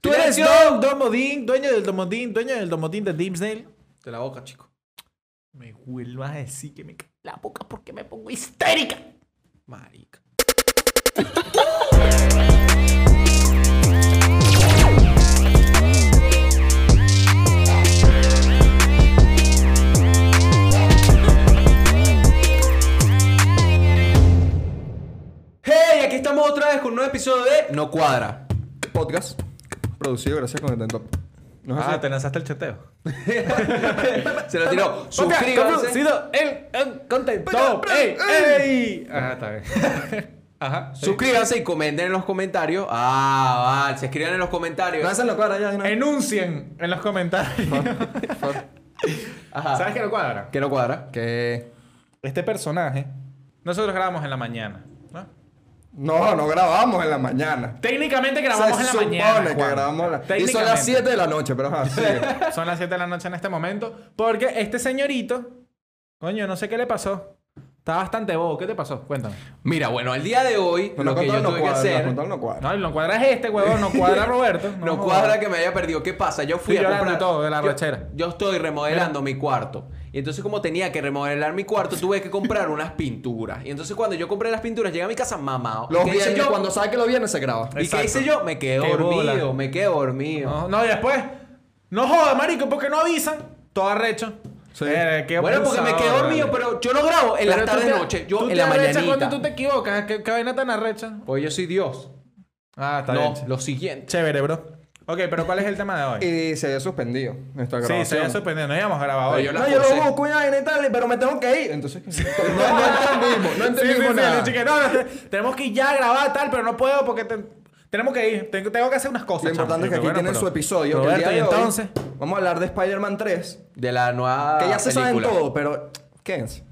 Tú eres Don Domodín, dueño del Domodín, dueño del Domodín de Dimsdale. De la boca, chico. Me vuelvas a decir que me cae la boca porque me pongo histérica. Marica. ¡Hey! Aquí estamos otra vez con un nuevo episodio de No Cuadra. Podcast producido gracias a Content Top. ¿No es Ah, así? te lanzaste el chateo. Se lo tiró. Suscríbanse. el, el contento. ¡Ey! ¡Ey! Ajá, Ah, está bien. Ajá. sí. Suscríbanse y comenten en los comentarios. Ah, vale. Se escriban en los comentarios. No hacen la cuadra ya, de una vez. Enuncien en los comentarios. Ajá. ¿Sabes qué lo cuadra? ¿Qué no cuadra? Que. Este personaje. Nosotros grabamos en la mañana, ¿no? No, no grabamos en la mañana. Técnicamente grabamos Se en la supone mañana. que Juan. grabamos en la... Y son Técnicamente. las 7 de la noche, pero ajá, sigue. Son las 7 de la noche en este momento. Porque este señorito, coño, no sé qué le pasó. Está bastante bobo. ¿Qué te pasó? Cuéntame. Mira, bueno, el día de hoy Pero lo no que yo contaron, no tuve que cuadra, hacer. no contaron, no cuadra. No, no cuadra es este, huevón. No cuadra Roberto. No cuadra que me haya perdido. ¿Qué pasa? Yo Estoy fui a llorando comprar... y todo, de la yo, arrechera. yo estoy remodelando mi cuarto. Y entonces como tenía que remodelar mi cuarto, tuve que comprar unas pinturas. Y entonces cuando yo compré las pinturas, llegué a mi casa mamado. ¿Y Los qué hice viernes, yo? cuando sabe que los viernes se graba. ¿Y qué hice Exacto. yo? Me quedé Qué bola. dormido, me quedé dormido. No, no, y después. No joda, marico, porque no avisan. Todo arrecho. Eh, Sí. qué bueno, porque me quedé abusador, dormido, vale. pero yo lo grabo en las Pero tú tardes te- noche. Yo tú en te la arrechas mañanita. cuando tú te equivocas? ¿Qué, qué vaina tan arrecha? Pues yo soy Dios. Ah, está No, bien. lo siguiente. Chévere, bro. Ok, pero ¿cuál es el tema de hoy? Y se había suspendido nuestra Sí, grabación. se había sorprendido. No íbamos a grabar Pero hoy. yo la No, yo forcé. lo busco ya en tal, pero me tengo que ir. Entonces, ¿qué? no, no entendimos, no Sí, sí, entendimos sí, nada. le dije, no, no, te- tenemos que ir ya a grabar tal, pero no puedo porque te- tenemos que ir. Tengo, tengo que hacer unas cosas. Lo importante es que aquí chamo. Pero bueno, tienen pero- su episodio. que el Roberto, día y de hoy entonces. Ah, Vamos a hablar de Spider-Man 3. De la nueva Que ya se saben película. todo, pero. Quédense.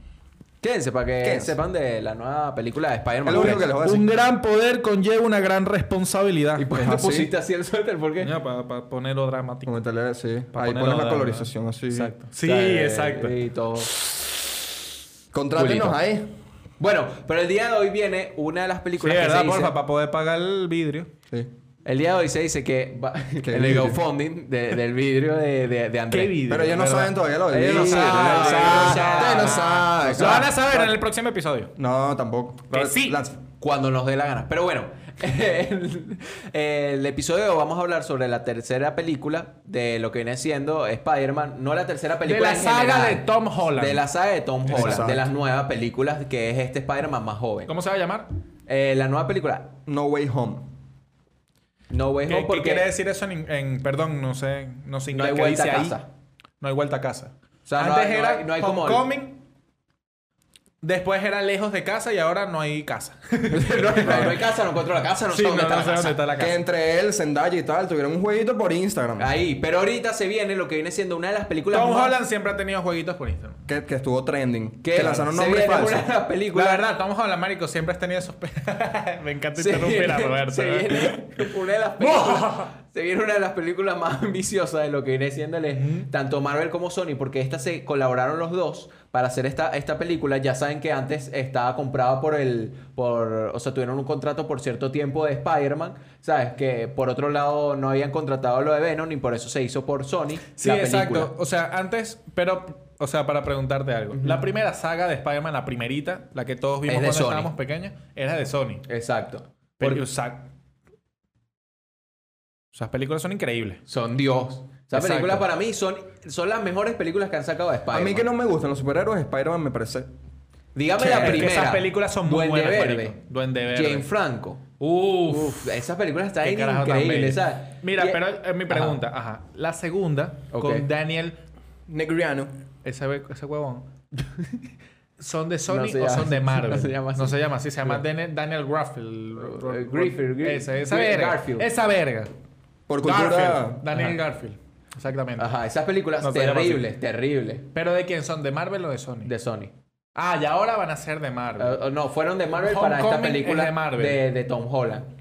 Quédense para que Quédense. sepan de la nueva película de Es Spider-Man. lo único que pues, les voy a decir. gran poder conlleva una gran responsabilidad. ¿Y por qué Es Pues te así. pusiste así el suéter? ¿Por qué? para, ponerlo dramático. Comentarle, eh, sí. Para Ahí ponerlo pones la de- colorización así. Exacto. Sí, O sea, exacto. Y todo. Contrátenos Culito. ahí. Bueno, pero el día de hoy viene una de las Sí, películas que se verdad, dice- porfa, para poder pagar el vidrio. Sí. El día de hoy se dice que va- ¿Qué en el vidrio? GoFunding de- del vidrio de, de, de Andrés. Pero ellos no saben todavía lo de Ellos no Disney, saben, ellos ellos no saben, saben. ustedes no Lo van saben. a saber en el próximo episodio. No, tampoco. Que sí. Lanza. Cuando nos dé la gana. Pero bueno, el, el episodio de hoy vamos a hablar sobre la tercera película de lo que viene siendo Spider-Man. No la tercera película. la en saga general. de Tom Holland. De la saga de Tom Holland. Exacto. De las nuevas películas que es este Spider-Man más joven. ¿Cómo se va a llamar? Eh, la nueva película, No Way Home. No Way ¿Qué, Home, qué porque quiere decir eso en, in- en- perdón, no sé, no sé no inglés hay qué vuelta dice a ahí. casa. No hay vuelta a casa. O sea, no Antes hay- no era hay- no hay como- homecoming. Después era lejos de casa y ahora no hay casa. No, no hay casa, no encuentro la casa, no Sí, sé dónde no, está no la sé casa. dónde está la Que casa. entre él, Zendaya y tal, tuvieron un jueguito por Instagram. Ahí, pero ahorita se viene lo que viene siendo una de las películas Tom más... Holland siempre ha tenido jueguitos por Instagram. Que, que estuvo trending. que Que lanzaron se nombres viene falsos. una de las películas... La verdad, Tom Holland, marico, siempre has tenido esos... pe- Me encanta se interrumpir a viene- Roberto. se ¿eh? viene una de las películas... se viene una de las películas más ambiciosas de lo que viene siendo el- tanto Marvel como Sony, porque estas se colaboraron los dos para hacer esta, esta película. Ya saben que antes estaba comprada por el... Por, o sea, tuvieron un contrato por cierto tiempo de Spider-Man, ¿sabes? Que por otro lado no habían contratado lo de Venom y por eso se hizo por Sony Sí, la película. exacto. O sea, antes, pero, o sea, para preguntarte algo. La primera saga de Spider-Man, la primerita, la que todos vimos Es de cuando Sony. estábamos pequeños, era de Sony. Exacto. Pero, Porque- o sea, esas películas son increíbles. Son Dios. Esas Exacto. películas para mí son, son las mejores películas que han sacado de A Spider-Man. mí que no me gustan los superhéroes, Spider-Man me parece. Dígame Es la que primera. esas películas son muy Duende buenas. Verde. marico. Duende Verde. Jane Franco. Uf. Uf, esas películas están qué carajo tan increíbles. bello. ¿sabes? Mira, Y- pero es mi Ajá. pregunta. Ajá. La segunda, Ok. con Daniel, Negriano. ese, hue- ese huevón. ¿Son de Sony No se o llama son de así. Marvel? No se llama así. No se llama así. Se llama Daniel, Daniel Graffel. Eh, Griffith, Griffith. Esa, esa Griffith, verga. Garfield. Esa verga. Por cultura- Garfield. Daniel Garfield. Exactamente. Ajá, esas películas No se llama así. terribles, terribles. ¿Pero de quién son? ¿De Marvel o de Sony? De Sony. Ah, y ahora van a ser de Marvel. Ah. Eh, no, fueron de Marvel para esta Homecoming película es de Marvel. De, de Tom Holland.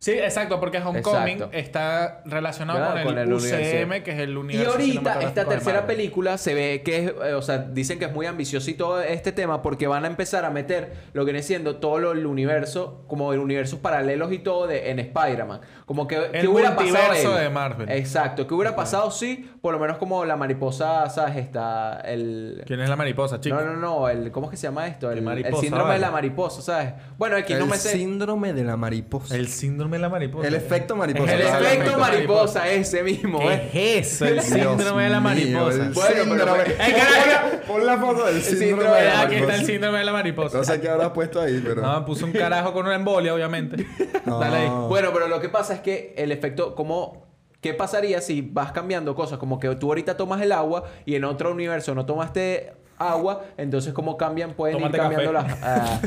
Sí, exacto, porque Homecoming Exacto. está relacionado Claro, con el, con el UCM, universo. que es el Y universo. ahorita, cinematográfico esta de tercera Marvel. película se ve que es, eh, o sea, dicen que es muy ambicioso y todo este tema porque van a empezar a meter lo que viene siendo todo lo- el universo, como en universos paralelos y todo de, en Spider-Man. Como que El ¿qué hubiera pasado. multiverso él? de Marvel. Exacto, que hubiera pasado sí, por lo menos como la mariposa, ¿sabes? Está el. ¿Quién es la mariposa, chico? No, no, no, el, ¿cómo es que se llama esto? El, el mariposa, síndrome de vale. la mariposa, ¿sabes? Bueno, aquí no el me sé. síndrome de la mariposa. El síndrome de la mariposa. El efecto mariposa. El El efecto efecto mariposa, ese mismo, ¿eh? ¿Qué es eso? El síndrome de la mariposa. Bueno, pero- ¡Ay, carajo! Pon la foto del síndrome síndrome de de- la Aquí está el mariposa. síndrome de la mariposa. No sé qué habrás puesto ahí, pero... Ah, puso un carajo con una embolia, obviamente. No. Dale ahí. Bueno, pero lo que pasa es que el efecto, como, ¿qué pasaría si vas cambiando cosas? Como que tú ahorita tomas el agua y en otro universo no tomaste agua, entonces cómo cambian, pueden Tómate ir cambiando café. las... ah,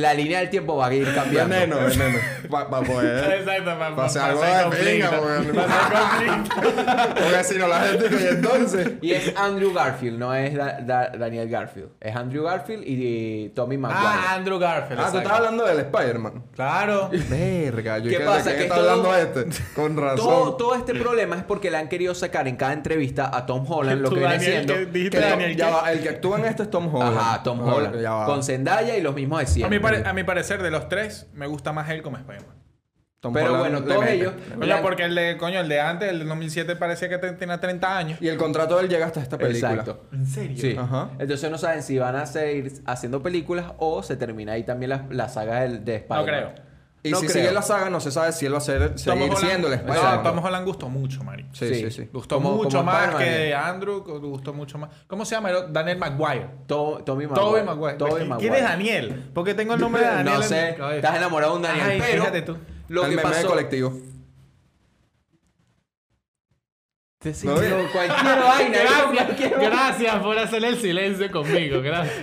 la línea del tiempo va a ir cambiando. Veneno, veneno. Para poder... para pa- hacer algo de pinga, weón. Porque si no, la gente que entonces... Y es Andrew Garfield, no es Da- Da- Daniel Garfield. Es Andrew Garfield y, Tommy Maguire. Ah, Andrew Garfield. Ah, exacto. tú estás hablando del Spider-Man. Claro. Verga, yo ¿Qué dije, ¿de pasa? qué Que está es todo- hablando este? Con razón. Todo, todo este problema es porque le han querido sacar en cada entrevista a Tom Holland lo Tú, que viene Daniel, siendo. que Que dijiste, no, Daniel, ya ¿qué? va, el que actúa en esto es Tom Holland. Ajá, Tom Ah, Holland. ya va. Con Zendaya y los mismos de A siempre. mi, pare- a mi parecer, de los tres, me gusta más él como Spider-Man. Tom Pero Holland bueno, le todos mete. ellos. Oye, porque el de, coño, el de antes, el de 2007, parecía que te- tenía 30 años. Y el contrato de él llega hasta esta película. Exacto. ¿En serio? Sí. Ajá. Entonces no saben si van a seguir haciendo películas o se termina ahí también la, la saga del- de No Spider-Man. creo. Y No si creo. sigue la saga, no se sabe si él va a ser, Tom seguir Holland- siendo el No, Spider-Man. Tom Holland gustó mucho, Mari. Sí, sí, sí. Gustó Como- mucho como más Spider-Man. que Andrew, gustó mucho más. ¿Cómo se llama? Era Daniel Maguire. To- Tommy Maguire. Toby Maguire. Toby ¿Quién ¿Quién Maguire. es Daniel? Porque tengo el nombre de Daniel. No en- sé. Ay. Estás enamorado de un Daniel. Ay, pero fíjate tú. lo el que meme pasó... colectivo. Te sí, ¿No ves? digo, cualquier vaina. digo, Gracias, cualquier vaina. gracias por hacer el silencio conmigo, gracias.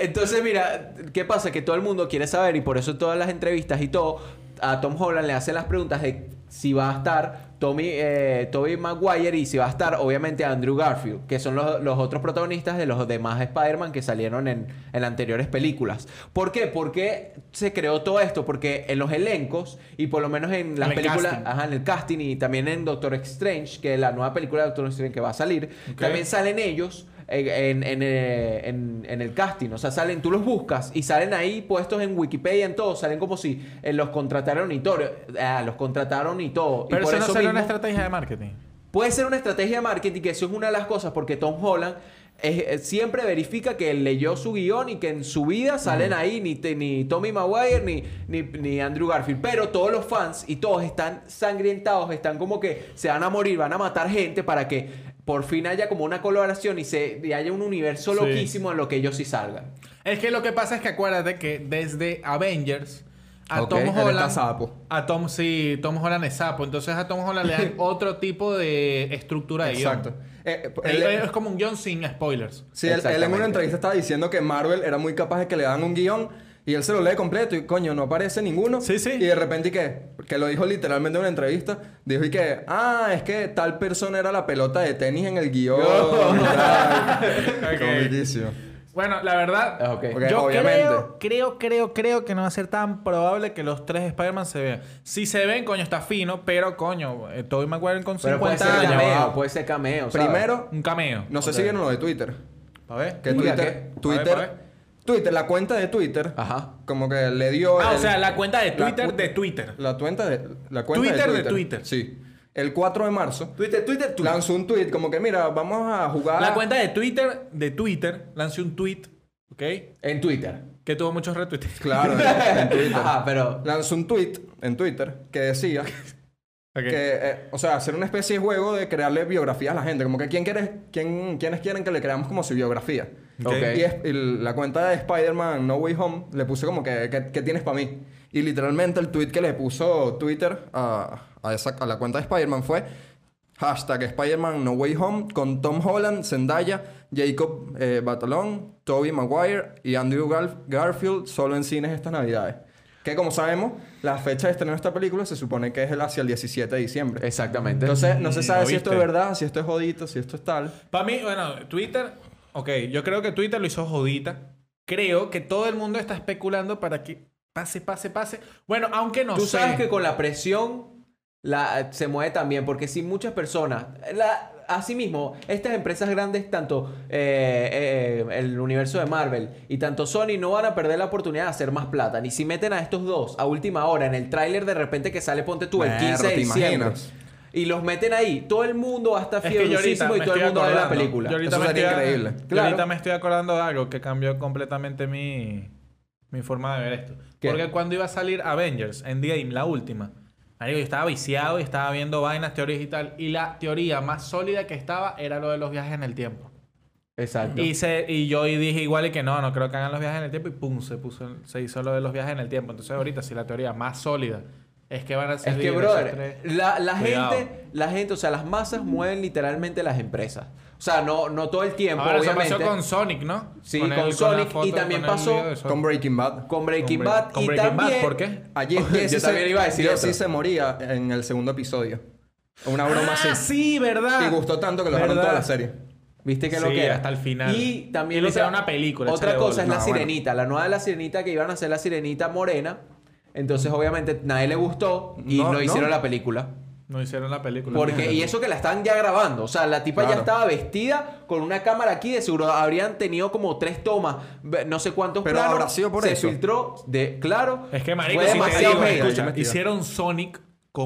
Entonces, mira, ¿qué pasa? Que todo el mundo quiere saber y por eso todas las entrevistas y todo, a Tom Holland le hacen las preguntas de si va a estar Tommy, eh, Toby Maguire y si va a estar, obviamente, Andrew Garfield, que son los, los otros protagonistas de los demás Spider-Man que salieron en, en anteriores películas. ¿Por qué? ¿Por qué se creó todo esto? Porque en los elencos y por lo menos en las el películas, casting. ajá, en el casting y también en Doctor Strange, que es la nueva película de Doctor Strange que va a salir, también salen ellos eh, en, en, eh, en- en el casting. O sea, salen, tú los buscas y salen ahí puestos en Wikipedia, en todo. Salen como si eh, los contrataron y todo. Ah, los contrataron y todo. y Pero por eso no eso será una mismo- estrategia de marketing. Puede ser una estrategia de marketing, que eso es una de las cosas, porque Tom Holland es- eh, siempre verifica que él leyó su guión y que en su vida salen ahí ni, te- ni Tommy Maguire ni, ni, ni Andrew Garfield. Pero todos los fans y todos están sangrientados, están como que se van a morir, van a matar gente para que por fin haya como una colaboración y, se, y haya un universo Sí. loquísimo en lo que ellos sí salgan. Es que lo que pasa es que acuérdate que desde Avengers a Ok, él Tom está Holland sapo. a Tom sí Tom Holland es sapo entonces a Tom Holland le dan otro tipo de estructura de guión. Exacto. Eh, eh, Él- él- es como un guión sin spoilers Sí, él, él en Exactamente. una entrevista estaba diciendo que Marvel era muy capaz de que le dan un guión y él se lo lee completo y coño, no aparece ninguno. Sí, sí. Y de repente, ¿y qué? Que lo dijo literalmente en una entrevista. Dijo y que, ah, es que tal persona era la pelota de tenis en el guión. Tal. Ok. Comiquísimo. bueno la verdad Ok. Ah, Ok, yo obviamente. creo creo creo creo que no va a ser tan probable que los tres Spider-Man se vean si se ven coño está fino pero coño eh, Tobey Maguire con Pero puede 50 ser años cameo, ah, puede ser cameo. ¿sabes? Primero, un cameo no sé si vieron lo de Twitter. a ver Que Mira, Twitter, ¿qué? Twitter, Pa' ver, pa' ver. Twitter, la cuenta de Twitter, Ajá. como que le dio. ah o el- sea la cuenta de la Twitter cu- de Twitter La cuenta de, la cuenta Twitter de de Twitter. Twitter. Sí. El 4 de marzo. Twitter, Twitter, Twitter. lanzó un tweet como que mira, vamos a jugar. Ah. La cuenta de Twitter, de Twitter, lancé un tweet, ¿ok? En Twitter. Que tuvo muchos retuiteos. Claro, en Twitter. Ajá, pero... Lanzó un tweet en Twitter que decía Ok. que, eh, o sea, hacer una especie de juego de crearle biografías a la gente. Como que ¿quién quiere, quién, quiénes quieren que le creamos como su biografía. Ok. Y, es- y la cuenta de Spider-Man No Way Home le puse como que, ¿qué, qué tienes para mí? Y literalmente el tweet que le puso Twitter a, a esa, a la cuenta de Spider-Man fue hashtag Spider-Man No Way Home con Tom Holland, Zendaya, Jacob eh, Batalón, Toby Maguire y Andrew Gar- Garfield solo en cines estas navidades. Que como sabemos, la fecha de estreno de esta película se supone que es el hacia el 17 de diciembre. Exactamente. Entonces, Mm, no se sabe ¿Lo si esto es viste? verdad, si esto es jodito, si esto es tal. Para mí, bueno, Twitter, ok, yo creo que Twitter lo hizo jodita. Creo que todo el mundo está especulando para que Pase, pase, pase. Bueno, aunque no Tú sé. sabes que con la presión la, se mueve también, porque si muchas personas, la, asimismo, estas empresas grandes, tanto eh, eh, el universo de Marvel y tanto Sony, no van a perder la oportunidad de hacer más plata. Ni si meten a estos dos a última hora en el tráiler de repente que sale, ponte tú, el Perro, 15 de ¿te diciembre. imaginas? Y los meten ahí. Todo el mundo va a estar Es que yo ahorita fiebrosísimo me y todo el estoy mundo va a ver la acordando. película. Yo ahorita Eso me sería estoy- increíble. yo Claro. ahorita me estoy acordando de algo que cambió completamente mi, mi forma de ver esto. ¿Qué? Porque cuando iba a salir Avengers Endgame, la última, marico, yo estaba viciado y estaba viendo vainas, teorías y tal. Y la teoría más sólida que estaba era lo de los viajes en el tiempo. Exacto. Y, se, y yo y dije igual y que no, no creo que hagan los viajes en el tiempo. Y pum, se, puso, se hizo lo de los viajes en el tiempo. Entonces ahorita sí la teoría más sólida es que van a ser Es que, divididos en brother, tres. la, la Cuidado. gente, la gente, o sea, las masas mueven literalmente las empresas. O sea, no, no todo el tiempo, Ahora, eso obviamente. pasó con Sonic, ¿no? Sí, el- con la Sonic, foto, y también con el pasó video de Sonic. Con Breaking Bad. con Breaking Con Bre- Bad con y Breaking Bad, también... ¿por qué? Allí Yo también iba a decir Jesse eso. se moría en el segundo episodio. Una broma Ah, así. sí, verdad. Y gustó tanto que lo dejaron ¿Verdad? toda la serie. ¿Viste que Sí, lo que era? hasta el final. Y Y también... le otra- hicieron una película, Otra échale bola. cosa es La No, bueno. Sirenita. La nueva de La Sirenita que iban a hacer La Sirenita morena. Entonces, obviamente, nadie le gustó y No, no, no. hicieron la película. No hicieron la película. Porque, y eso que la están ya grabando. O sea, la tipa ya Claro. estaba vestida con una cámara aquí. De seguro habrían tenido como tres tomas, ve- no sé cuántos Pero planos. habrá sido por se eso. filtró de, claro. Es que marico, si fue te demasiado digo, hate. escucha, Yo me tiro. hicieron Sonic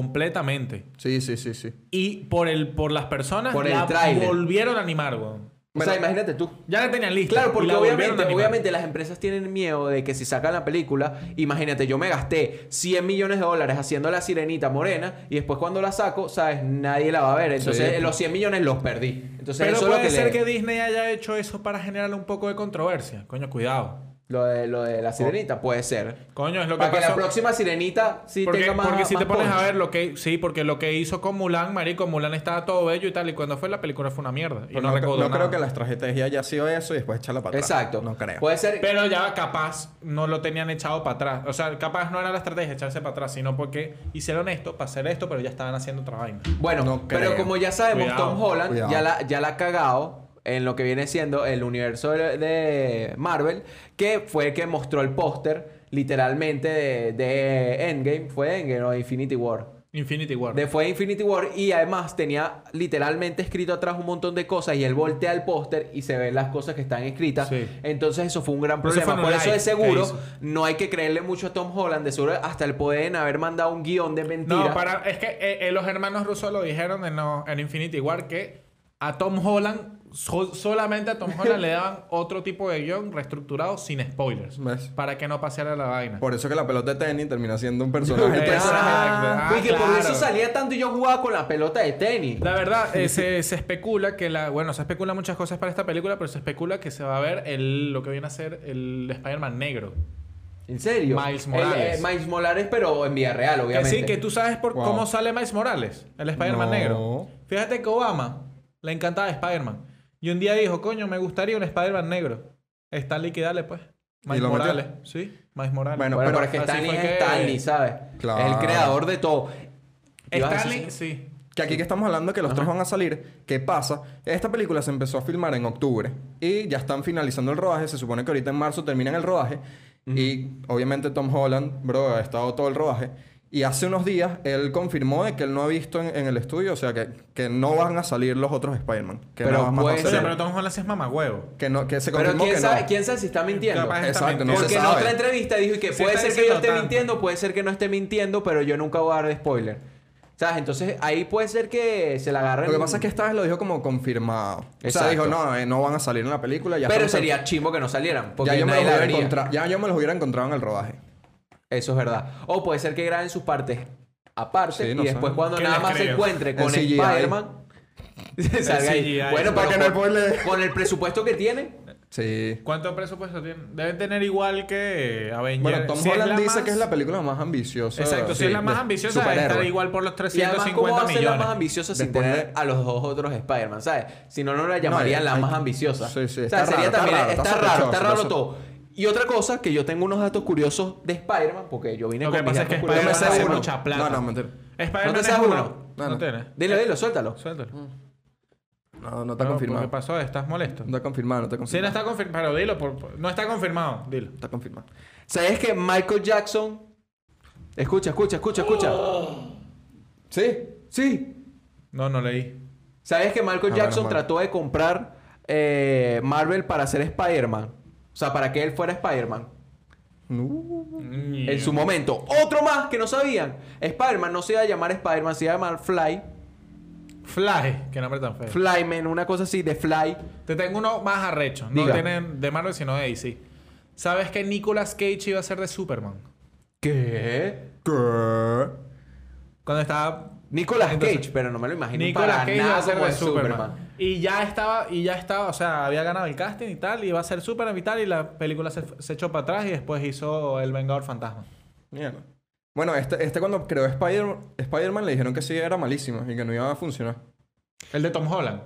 completamente Sí, sí, sí, sí. y por el por las personas Por el la tráiler. volvieron a animar, weón. O sea, imagínate tú. Ya la tenían lista. Claro, y porque la volvieron a obviamente, animar. obviamente las empresas tienen miedo de que si sacan la película, imagínate, yo me gasté 100 millones de dólares haciendo la sirenita morena y después cuando la saco, sabes, nadie la va a ver. Entonces Sí. los 100 millones los perdí. Entonces Pero eso puede es lo que, ser le- que Disney haya hecho eso para generar un poco de controversia. Coño, cuidado. lo de, lo de la sirenita puede ser. Coño, es Oh. lo Para que que pasó. la próxima sirenita sí porque, tenga más. porque si más te pones punch. a ver lo que sí, porque lo que hizo con Mulan, marico, Mulan estaba todo bello y tal y cuando fue la película fue una mierda y no, Pero Pues no, recaudó no nada. creo que la estrategia haya sido eso y después echarla para atrás. Exacto. Pues- No creo. Puede ser. Pero ya capaz no lo tenían echado para atrás. O sea, capaz no era la estrategia echarse para atrás, sino porque hicieron esto para hacer esto, pero ya estaban haciendo otra vaina. bueno, No pero creo. como ya sabemos, Cuidado, Tom Holland cuidado. ya la, ya la ha cagado en lo que viene siendo el universo de, de Marvel, que fue el que mostró el póster literalmente de, de Endgame. Fue Endgame o Infinity War. Infinity War. De fue Infinity War y además tenía literalmente escrito atrás un montón de cosas y él voltea el póster y se ven las cosas que están escritas. Sí. Entonces eso fue un gran Eso fue problema. en Por un eso de live que seguro hizo. no hay que creerle mucho a Tom Holland. De seguro hasta le pueden haber mandado un guión de mentira. no, para, es que eh, eh, los hermanos rusos lo dijeron en, los- en Infinity War que a Tom Holland, so- solamente a Tom Holland le daban otro tipo de guión reestructurado sin spoilers. ¿Ves? Para que no pasara la vaina. Por eso que la pelota de tenis termina siendo un personaje. pues. Eh, personaje. ah, y que por claro. eso salía tanto y yo jugaba con la pelota de tenis. La verdad, eh, se, se especula que la. Bueno, se especula muchas cosas para esta película, pero se especula que se va a ver el, lo que viene a ser el Spider-Man negro. ¿En serio? Miles Morales. El, eh, Miles Morales, pero en vida real, Que obviamente. sí, que tú sabes por Wow. cómo sale Miles Morales, el Spider-Man No. negro. Fíjate que Obama le encantaba Spider-Man. Y un día dijo, coño, me gustaría un Spider-Man negro. Está liquidale, pues. Miles lo metió? Morales. Sí, Miles Morales. Bueno, Bueno, pero pero- es que así Stanley fue es que- Stanley, ¿sabes? Claro. Es el creador de todo. Ibas a decir- Stanley, sí. Que aquí que estamos hablando que los tres van a salir, ¿qué pasa? Esta película se empezó a filmar en octubre y ya están finalizando el rodaje. Se supone que ahorita en marzo terminan el rodaje. Y obviamente Tom Holland, bro, ha estado todo el rodaje. Y hace unos días él confirmó de que él no ha visto en, en el estudio, o sea, que, que no van a salir los otros Spider-Man. Que Pero no van puede a Oye, ser. salir. pero Tom Holland sí es mamagüevo. Que, no, que se Pero confirmó quién que sabe, no. quién sabe si está mintiendo. Capaz está Exacto, no mintiendo. se Porque en sabe. otra entrevista dijo y que Se puede está ser que yo diciendo esté tanto. mintiendo, puede ser que no esté mintiendo, pero yo nunca voy a dar spoiler. ¿Sabes? Entonces ahí puede ser que se la agarren. Lo que pasa es que esta vez lo dijo como confirmado. O Exacto. sea, dijo, no, eh, no van a salir en la película. Ya Pero estamos- sería chimbo que no salieran. Porque Ya yo, me nadie los la hubiera vería. encontrado- ya yo me los hubiera encontrado en el rodaje. Eso es verdad. O puede ser que graben sus partes aparte Sí, y no después saben. cuando Que nada les más se creo. encuentre El con CGI. Spider-Man. salga ahí. CGI. Bueno, Para pero que no con, spoile. con el presupuesto que tiene. Sí. ¿Cuánto presupuesto tienen? Deben tener igual que eh, Avengers. Bueno, Tom Si es Holland la dice más- que es la película más ambiciosa. Exacto, si sí, es la más de ambiciosa, debe superhéroe. estar igual por los Y además, 350 ¿cómo va a ser la millones. más ambiciosa sin Después de- tener a los dos otros Spider-Man, ¿sabes? Si no, no la llamarían hay- la hay- más ambiciosa. Sí, sí, O sea, está sería raro, está también. raro, Está, está raro, está sospechoso, raro está todo. Y otra cosa, que yo tengo unos datos curiosos de Spider-man, porque yo vine Lo con que mis pasa es que datos Yo curiosos. Spider-Man me sé hace uno. mucha plata. No, no, mentira. Spider-Man ¿No te es sabes uno. uno? No, No, no. tienes. Dilo, dilo, suéltalo. Suéltalo. No, no está ¿Qué confirmado. pasó? ¿Estás molesto? No está confirmado, no está Sí, confirmado. no está confirmado. Pero dilo. por- por- No está confirmado. Dilo. Está confirmado. ¿Sabes que Michael Jackson? Escucha, escucha, escucha, escucha. ¿Sí? Sí. No, no leí. ¿Sabes que Michael Ah, Jackson menos mal. trató de comprar eh, Marvel para hacer Spider-Man? O sea, para que él fuera Spider-Man. En su momento. Otro más que no sabían. Spider-Man no se iba a llamar Spider-Man, se iba a llamar Fly. Fly. Qué nombre tan feo. Flyman, una cosa así de Fly. Te tengo uno más arrecho. No Diga. tienen de Marvel, sino de DC. ¿Sabes que Nicolas Cage iba a ser de Superman? ¿Qué? ¿Qué? Cuando estaba Nicolas Entonces, Cage, pero no me lo imagino. Nicolas para Cage nada iba a ser como de el Superman. Y ya estaba, y ya estaba, o sea, había ganado el casting y tal, y iba a ser Superman y tal, y la película se, se echó para atrás y después hizo El Vengador Fantasma. Mierda. Bueno, este, este cuando creó Spider- Spider-Man le dijeron que sí era malísimo y que no iba a funcionar. El de Tom Holland.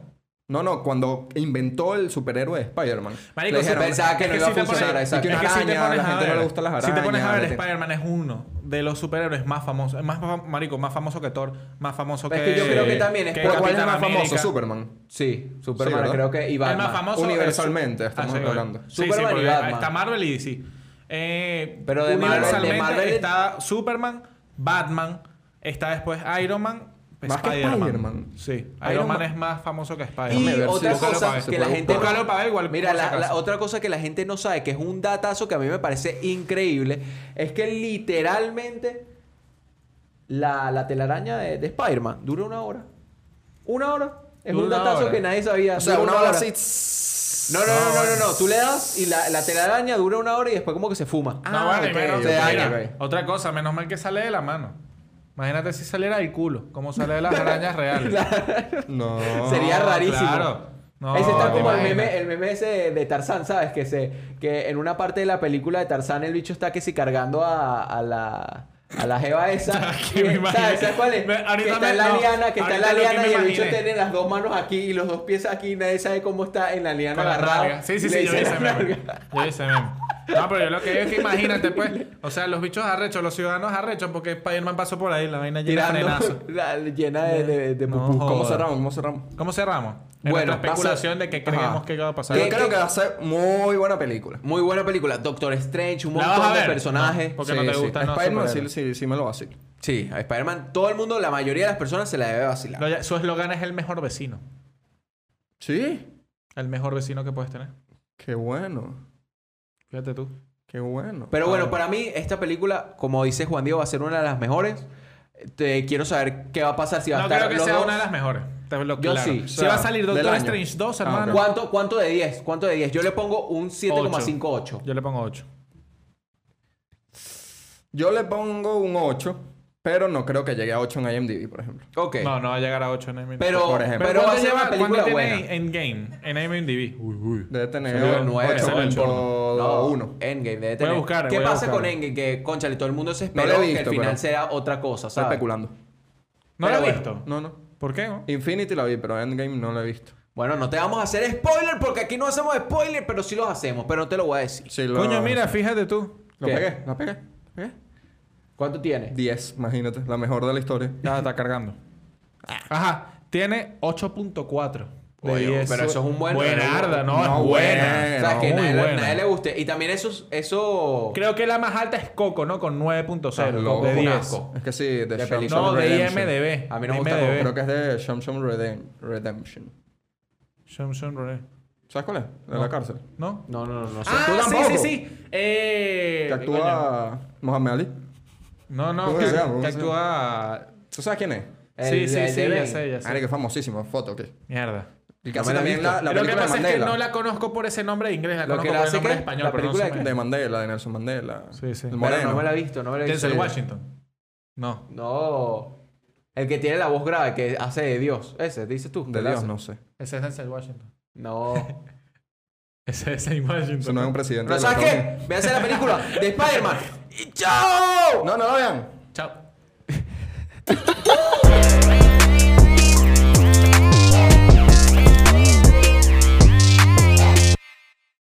No, no, cuando inventó el superhéroe de Spider-Man. Marico, le dijeron, se pensaba que es no iba a te funcionar, pones- exacto. es Y que una si te araña, pones la a gente no ver- le gustan las Si te pones a ver, arañas, la Spider-Man es uno de los superhéroes más famosos. Más, fam- marico, más famoso que Thor, más famoso Pero que... es que yo creo que también es- ¿Pero ¿Cuál es el Capitán más famoso? América. ¿Superman? Sí, Superman ¿verdad? creo que y El más Batman. famoso Universalmente, es- estamos Ah, sí, bueno. hablando. Sí, sí, Superman y porque Batman. está Marvel y DC. Eh, Pero de Marvel- de universalmente Marvel- está Superman, Batman, está después Iron Man, pues Más que Spider-Man. Sí, Iron, Iron Man Man- es más famoso que Déjame Spider-Man. Y ver si otra lo- búscalo para ver. cosa que la Se puede gente... buscar. Búscalo para ver igual. Mira, por si la, acaso. la otra cosa que la gente no sabe, que es un datazo que a mí me parece increíble, es que literalmente la, la telaraña de, de Spider-Man dura una hora. Una hora. Es Dura un una datazo hora. que nadie sabía. O sea, Dura una hora así... No, no, no, no, no, no. Tú le das y la, la telaraña dura una hora y después como que se fuma. No, bueno, ok, menos- ok, mira, ok. Otra cosa, menos mal que sale de la mano. Imagínate si saliera del culo, como sale de las arañas reales. No. Sería No, rarísimo. claro. No, ese está te como el imaginas. meme, el meme ese de, de Tarzán, ¿sabes? Que se que en una parte de la película de Tarzán el bicho está que si cargando a, a la a la jeva esa. Que me Y- imagino. ¿Sabes, ¿Sabes cuál es? Me- que ahorita está me- en la no. liana, que está en la Ahorita lo que liana me y el bicho imaginé. tiene las dos manos aquí y los dos pies aquí y nadie sabe cómo está en la liana Con la agarrado. nalga. Sí, sí, Y sí, le yo dice vi la ese meme. nalga. Yo vi ese meme. No, pero yo lo que digo es que imagínate, pues. O sea, los bichos arrechos, los ciudadanos arrechos, porque Spider-Man pasó por ahí, la vaina llena de frenazo. Tirando la- llena de, de, de No, pupú. ¿Cómo joda. cerramos? ¿Cómo cerramos? ¿Cómo cerramos? En Bueno, nuestra pasa- especulación de que creemos Ajá. que va a pasar. Yo ¿Qué- creo qué- que va a ser muy buena película. Muy buena película. Doctor Strange, un ¿La vas a montón de ver? personajes. No, porque no te Sí, gustan los Spider-Man sí, superhéroes. sí, sí me lo hace. Sí, a Spider-Man, todo el mundo, la mayoría de las personas se la debe vacilar. Lo- ya- Su eslogan es el mejor vecino. ¿Sí? El mejor vecino que puedes tener. Qué bueno. Fíjate tú. Qué bueno. Pero bueno, para mí, esta película, como dice Juan Diego, va a ser una de las mejores. Te quiero saber qué va a pasar si va a No estar. creo que los sea dos. una de las mejores. Te lo Yo claro. sí. Si O sea, va a salir del Doctor año. Strange 2, Ah, hermano. ok. ¿Cuánto, ¿Cuánto de 10? ¿Cuánto de 10? Yo le pongo un 7,58. Yo le pongo 8. Yo le pongo un 8, pero no creo que llegue a 8 en IMDb, por ejemplo. Ok. No, no va a llegar a 8 en IMDb. pero, Por pero, ejemplo. va a ¿cuánto ser lleva- una película cuánto buena. tiene Endgame en IMDb? Uy, uy. Debe tener Salió el nueve, salió el 8.1. Endgame, Voy debe a tener. buscar, ¿Qué voy a pasa buscar. con Endgame? Que, conchale, todo el mundo se No lo he esperó que el visto, final pero- sea otra cosa, Está Ah. ¿sabes? especulando. ¿No Pero lo he bueno. visto? No, no. ¿Por qué? no? Infinity la vi, pero Endgame no la he visto. Bueno, no te vamos a hacer spoiler porque aquí no hacemos spoiler, pero sí los hacemos, pero no te lo voy a decir. Sí, lo- Coño, mira, fíjate tú. Lo ¿Qué? pegué, la pegué. ¿Pegué? ¿Cuánto tiene? 10, imagínate. La mejor de la historia. Ya Ah, está cargando. Ajá. Tiene 8.4. de Oye, 10. pero eso es un buen- Buenarda, no, No, es buena. buena. O sea, No, que muy nadie, le- buena. nadie le guste. Y también eso... eso... Creo que la más alta es Coco, ¿no? Con 9.0. loco, De con 10. asco. Es que sí, de, De Sham película. Sham No, de Redemption. IMDB. A mí no me gusta IMDb. Coco, Creo que es de Sham Sham Redem- Redemption. Samson Roné. ¿Sabes cuál es? De la cárcel. ¿No? No, no, no. no sé. Ah, tú sí, tampoco. sí, sí. Eh, Que actúa Mohamed Ali. No, no, ¿Cómo que, se llama? ¿Cómo que se actúa... ¿Tú sabes quién es? El- sí, sí, el sí, ya de Bane. sé, ya Ah, que sé. es famosísimo, foto, ¿qué? Mierda. Y No me casi la he también visto. la, la lo que película de pasa es que Mandela. no la conozco por ese nombre de inglés, la Lo conozco que la por el hace nombre que- de español. la pero no película sé de cómo De Mandela, de Nelson Mandela. Sí, sí. El Pero Pero moreno. no me la he visto, no me la he es. visto. Denzel Washington. No. No. El que tiene la voz grave, que hace de Dios. Ese, dices tú. De ¿verdad? Dios, no sé. Ese es Denzel Washington. No. Ese es Denzel Washington. Eso no es un presidente. ¿Pero de sabes los Estados qué? Ve a hacer la película de Spider-Man. ¡Y chao! Unidos. No, no lo vean. Chao.